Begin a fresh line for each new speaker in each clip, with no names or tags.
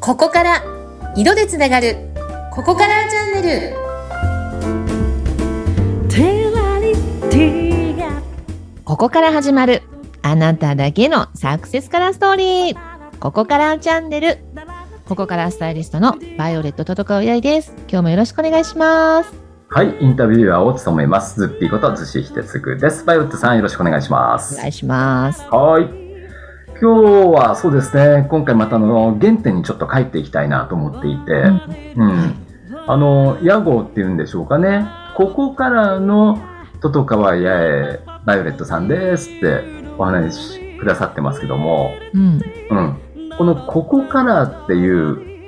ここから色でつながるここからチャンネル
テラリティが
ここから始まるあなただけのサクセスカラーストーリーここからチャンネルここからスタイリストのバイオレットととかおやいです今日もよろしくお願いします
はい、インタビュアーを務めます、ズッピーことズシヒテツグです。バイオットさん、よろしくお願いしま
お
す。
願いします
はい。今日はそうですね、今回またあの原点にちょっと帰っていきたいなと思っていて、うん。あの、屋号っていうんでしょうかね、ここからのトトカワ八重バイオレットさんですってお話しくださってますけども、
うん
うん。このここからってい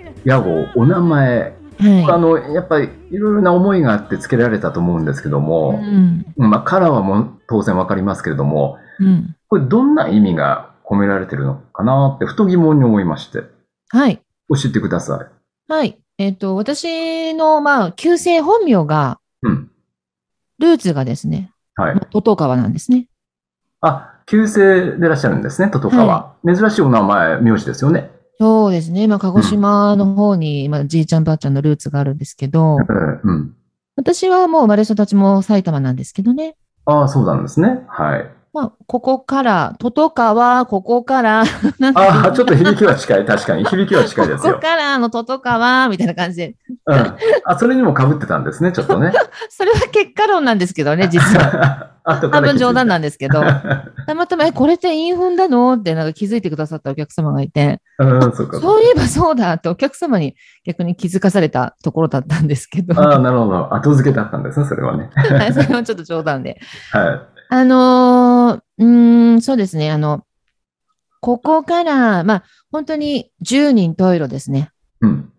う屋号、お名前、あ
は
の、やっぱりいろいろな思いがあって付けられたと思うんですけども、
いうん
まあ、カラーはもう当然わかりますけれども、
うん
これどんな意味が込められてるのかなって、ふと疑問に思いまして、
はい
教えてください。
はいえっ、と私のまあ旧姓本名が
うん。
ルーツがですね
はい。
トトカワなんですね
あ、旧姓でいらっしゃるんですね、トトカは。珍しいお名前、名字ですよね。
そうですね。まあ、鹿児島の方に、まあ、じいちゃんばあちゃんのルーツがあるんですけど、
うん。うん、
私はもう生まれ育ちも埼玉なんですけどね。
ああ、そうなんですね。はい。
まあ、ここから、トトカワ、ここから、
ああ、ちょっと響きは近い。確かに。響きは近いです
ここ
よ。
からのトトカワ、みたいな感じで。
うん。あ、それにも被ってたんですね、ちょっとね。
それは結果論なんですけどね、実は。
後か
多
ら気づ
分
いた
冗談なんですけ ど。たまたま、え、これってインフンだのってなんか気づいてくださったお客様がいて、
うん、そうか。
そういえばそうだってお客様に逆に気づかされたところだったんですけど、
あ
は
あ、なるほど。後付けだったんですね、それはね。
いそれはちょっと冗談で。
は
あのーうーん、そうですね。あの、ここから、まあ、本当に十人十色ですね。
い。うん。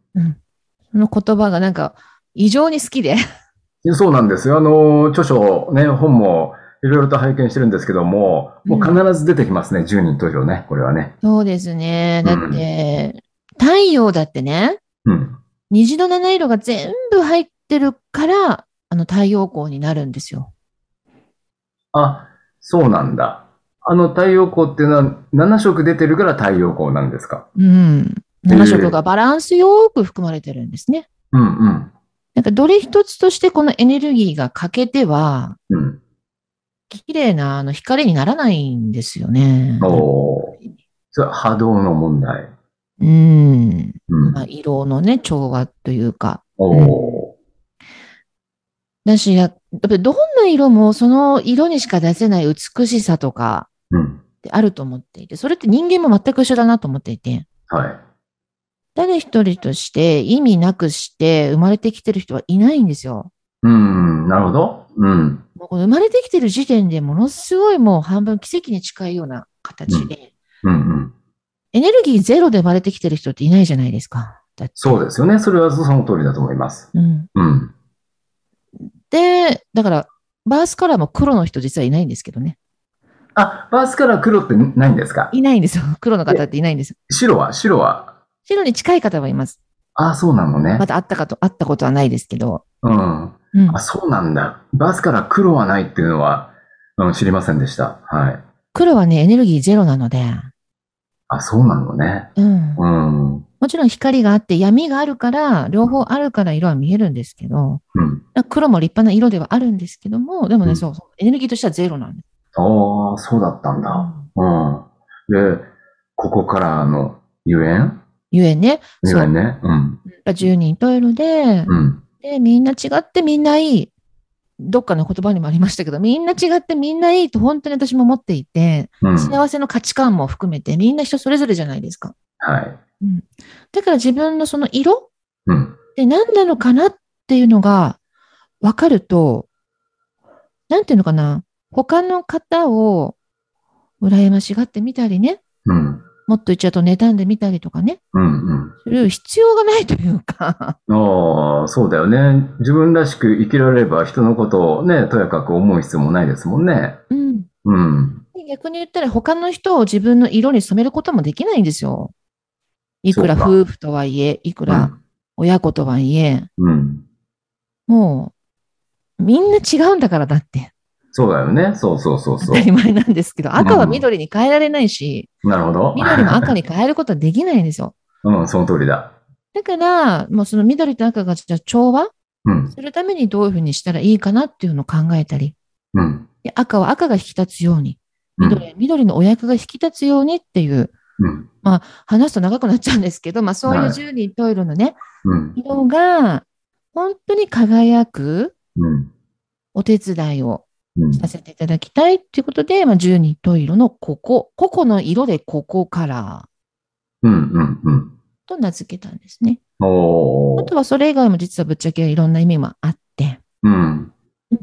その言葉がなんか、異常に好きで。
そうなんですよ。あの、著書、ね、本もいろいろと拝見してるんですけども、もう必ず出てきますね、10人投票ね、これはね。
そうですね。だって、太陽だってね、
うん。
虹の七色が全部入ってるから、あの、太陽光になるんですよ。
あ、そうなんだ。あの太陽光っていうのは7色出てるから太陽光なんですか。
うん。7
え
色
え
がバランスよく含まれてるんですね。
うんうん。
なんか、どれ一つとしてこのエネルギーが欠けては、
うん。
綺麗なあの光にならないんですよね。
おーそれは波動の問題。
うん。
うん
まあ、。色のね、調和というか。
おー
だし、ややっぱりどんな色もその色にしか出せない美しさとか
うん。
ってあると思っていて、それって人間も全く一緒だなと思っていて、
はい。
誰一人として意味なくして生まれてきてる人はいないんですよ。
うん、なるほど。うん。
もうこの生まれてきてる時点でものすごいもう半分奇跡に近いような形で、
うんうん。
エネルギーゼロで生まれてきてる人っていないじゃないですか。だって
そうですよね。それはその通りだと思います。
うん、
うん。
で、だから、バースカラーも黒の人実はいないんですけどね。
あ、バースカラー黒ってないんですか
いないんですよ。黒の方っていないんですよ
白は白は
白に近い方はいます。
ああ、そうなのね
ま。た会ったかと、会ったことはないですけど。
うん。
うん
あ、そうなんだ。バスから黒はないっていうのは、うん、知りませんでした。はい。
黒はね、エネルギーゼロなので、
あ、そうなのね。
うん。
うん。うん。
もちろん光があって闇があるから、両方あるから色は見えるんですけど、黒も立派な色ではあるんですけども、でもね、
うん
そうそう、エネルギーとしてはゼロなんです。
ああ、そうだったんだ。うん。で、ここからの、ゆえん
ゆえね、
ゆ
そ
え、
うん
ね。うん。
10人と色で、
うん。
で、みんな違ってみんないい。どっかの言葉にもありましたけど、みんな違ってみんないいと本当に私も思っていて、
うん。
幸せの価値観も含めてみんな人それぞれじゃないですか。
はい。
だから自分のその色
うん。
で、何なのかなっていうのが分かると、なんていうのかな、他の方を羨ましがってみたりね、
うん。
もっと言っちゃうと妬んでみたりとかね、
うん。
する必要がないという か、
うん。ああ、そうだよね。自分らしく生きられれば人のことをね、とやかく思う必要もないですもんね。
うん。
うん。
逆に言ったら他の人を自分の色に染めることもできないんですよ。いくら
そうか
夫婦とはいえ、いくら親子とはいえ、
うん。うん。
もう、みんな違うんだからだって、
そうだよね。そうそうそう
当
そう
た。り前なんですけど、赤は緑に変えられないし、
なるほど。
緑も赤に変えることはできないんですよ。
うん、その通りだ。
だから、もうその緑と赤がじゃあ調和
うん、
するためにどういうふうにしたらいいかなっていうのを考えたり、
うん、
で赤は赤が引き立つように、
う
緑
ん、
は緑のお役が引き立つようにっていう、
うん、
話すと長くなっちゃうんですけど、まあそうい
は
う
い
十人十色のね、
うん、
色が本当に輝く
うん、
お手伝いを
うん
させていただきたいっていうことで、まあ十人十色のここ、個々の色でここカラー
うん、うん、うん。
と名付けたんですね。
お
あ
ー
とはそれ以外も実はぶっちゃけいろんな意味もあって、
うん、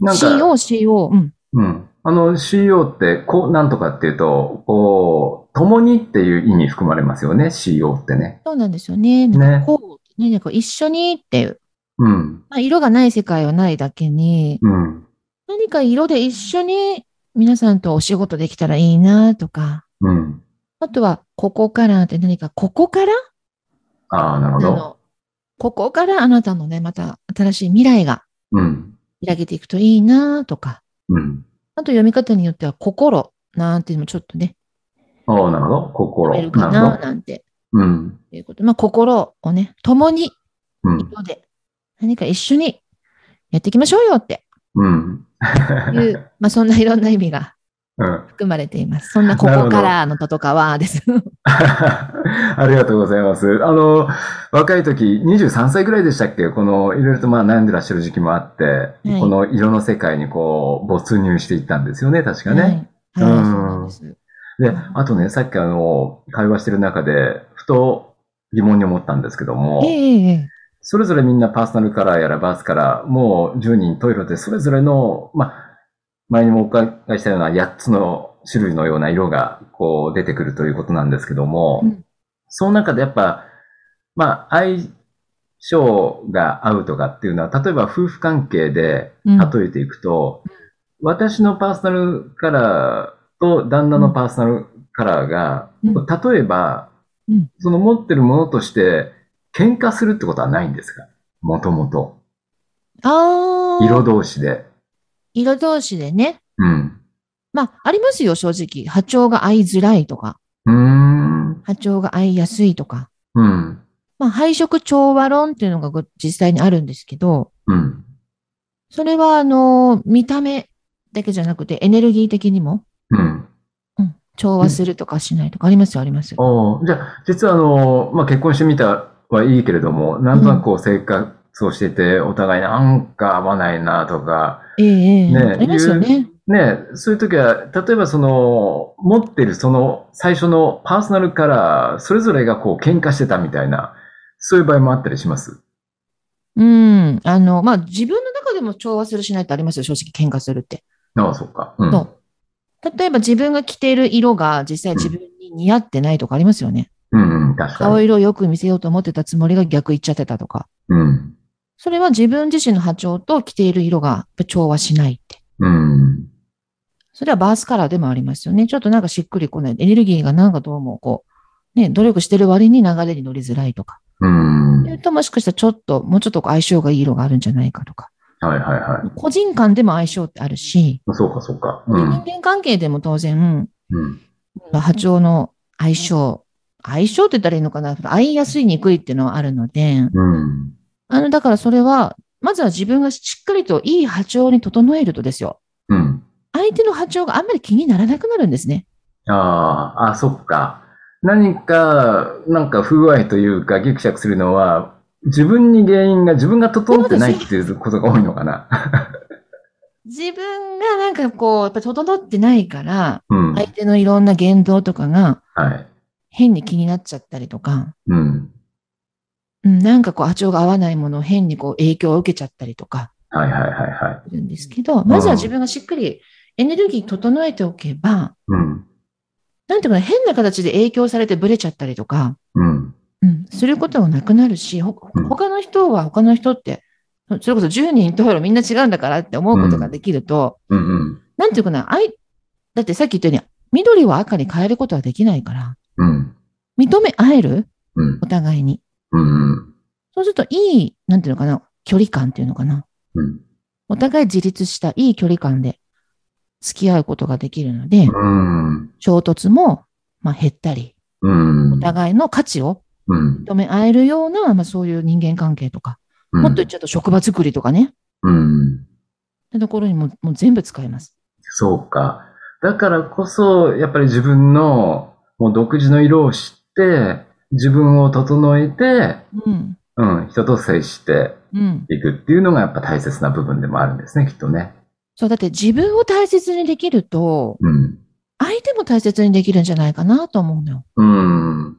なんか
CO、CO、うん。
うん。あの、CO って、こう、なんとかっていうと、こう、共にっていう意味含まれますよね、CO ってね。
そうなんですよね。なんかこう、ね、なんか一緒にっていう。
うん、
まあ、色がない世界はないだけに、
うん、
何か色で一緒に皆さんとお仕事できたらいいなとか、
うん。
あとは、ここからって何か、ここから
ああ、なる
あ
ほど。
の、ここからあなたのね、また新しい未来が
うん、
開けていくといいなとか、
うん。
あと読み方によっては、心なんていうのもちょっとね、
ああ、なるほど。
読め
心。
るか
なる
な
ほど。
なんて
うん、
いうこと。まあ、心をね、共に、
うん、
色で、何か一緒にやっていきましょうよって
うん。
いう、まあ、そんないろんな意味が
うん。
含まれています。そんなここからのととかはです。
ありがとうございます。あの、若い時、23歳ぐらいでしたっけこの、いろいろとまあ悩んでらっしゃる時期もあって、
い
この色の世界にこう、没入していったんですよね、確かね。
はい、はい、そうなんです。
で、
うん
あとね、さっきあの、会話してる中で、ふと疑問に思ったんですけども、
ええええ
それぞれみんなパーソナルカラーやらバースカラー、もう10人トイレでそれぞれの、まあ、前にもお伺いしたような8つの種類のような色がこう出てくるということなんですけども、
うん
その中でやっぱ、まあ、相性が合うとかっていうのは、例えば夫婦関係で
うん
例えていくと、私のパーソナルカラーと旦那のパーソナルカラーが、
うん
例えば、
うん
その持ってるものとして喧嘩するってことはないんですかもともと。
ああ。
色同士で。
色同士でね。
うん。
まあ、ありますよ、正直。波長が合いづらいとか、
うーん。
波長が合いやすいとか。
うん。
まあ、配色調和論っていうのがご実際にあるんですけど、
うん。
それは、あの、見た目だけじゃなくて、エネルギー的にも、
うん。
うん、調和するとかしないとか、ありますよ、あります。
おーじゃあ、実はあの、まあ、結婚してみたはいいけれども、なんとなくこう生活をしてて、お互いなんか合わないなとか、
ええええ
ね
ありますよね。
ねえ、そういう時は、例えばその、持ってるその最初のパーソナルカラー、それぞれがこう喧嘩してたみたいな、そういう場合もあったりします。
うん。あの、まあ、自分の中でも調和するしないってありますよ、正直喧嘩するって。
ああ、そうか。うん。
そう例えば自分が着ている色が実際自分に似合ってないとかありますよね。
うん、うん、確
顔
かに。
色をよく見せようと思ってたつもりが逆行っちゃってたとか。
うん。
それは自分自身の波長と着ている色がやっぱ調和しないって。
うん。
それはバースカラーでもありますよね。ちょっとなんかしっくりこない。エネルギーがなんかどうもこう、ね、努力してる割に流れに乗りづらいとか。
うん。は
言う
い
ともしかしたらちょっと、もうちょっとこう相性がいい色があるんじゃないかとか。
はいは
個人間でも相性ってあるし、
い。そうかそうか。う
人
ん。
間関係でも当然、
うん。
波長の相性、相性って言ったらいいのかな合いやすい、にくいっていうのはあるので、
うん。
あの、だからそれは、まずは自分がしっかりといい波長に整えるとですよ。
うん。
相手の波長があんまり気にならなくなるんですね。
ああ、あ、そっか。何か、なんか不具合というか、ギクシャクするのは、自分に原因が、自分が整ってないっていうことが多いのかな。
自分がなんかこう、やっぱ整ってないから、
うん。は
相手のいろんな言動とかが
い。
変に気になっちゃったりとか、
うん。
うん、なんかこう波長が合わないものを変にこう影響を受けちゃったりとか
はいはいはいはい。
するんですけど、まずは自分がしっかりエネルギー整えておけば、
うん。
なんていうかな、変な形で影響されてブレちゃったりとか、
うん。
うん、することもなくなるし、ほ
うん
他の人は他の人って、それこそ10人とみんな違うんだからって思うことができると、
うんうん。
なんていうかな、あい、だってさっき言ったように、緑を赤に変えることはできないから、
うん。
認め合える
うん。
お互いに。
うん。
そうするといい、なんていうのかな、距離感っていうのかな。
うん。
お互い自立したいい距離感で付き合うことができるので、
うん。
衝突も、まあ、減ったり、
うん。
お互いの価値を
うん。
認め合えるような、まあ、そういう人間関係とか、
うん
もっと言っちゃうと職場作りとかね、
う
っ
ん。
てところにももう全部使えます。
そうか。だからこそ、やっぱり自分の、もう独自の色を知って、自分を整えて、
うん。
うん、人と接して
うん。
いくっていうのがやっぱ大切な部分でもあるんですね、きっとね。
そう、だって自分を大切にできると、
うん。
相手も大切にできるんじゃないかなと思うのよ。
うん。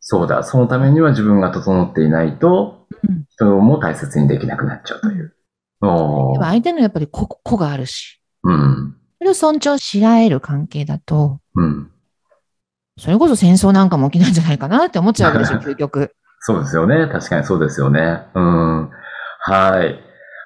そうだ。そのためには自分が整っていないと
うん、
人も大切にできなくなっちゃうという。お
でも
ー
相手のやっぱり個個があるし、
うん。
それを尊重し合える関係だと、
うん。
それこそ戦争なんかも起きないんじゃないかなって思っちゃうわけ ですよ、究極。
そうですよね。確かにそうですよね。うん。はい。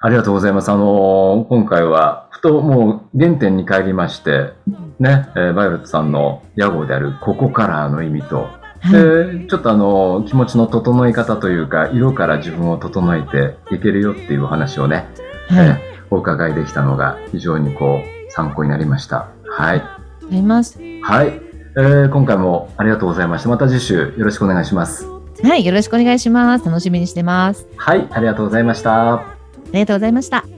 ありがとうございます。あのー今回は、ふともう原点に帰りまして、ね、えーバイオレットさんの屋号であるここからの意味と、
はい。
でちょっとあのー気持ちの整え方というか、色から自分を整えていけるよっていうお話をね、
はい。
えーお伺いできたのが非常にこう、参考になりました。はい。
あります。
はい。えー今回もありがとうございました。また次週よろしくお願いします。
はい。よろしくお願いします。楽しみにしてます。
はい、ありがとうございました。
ありがとうございました。
「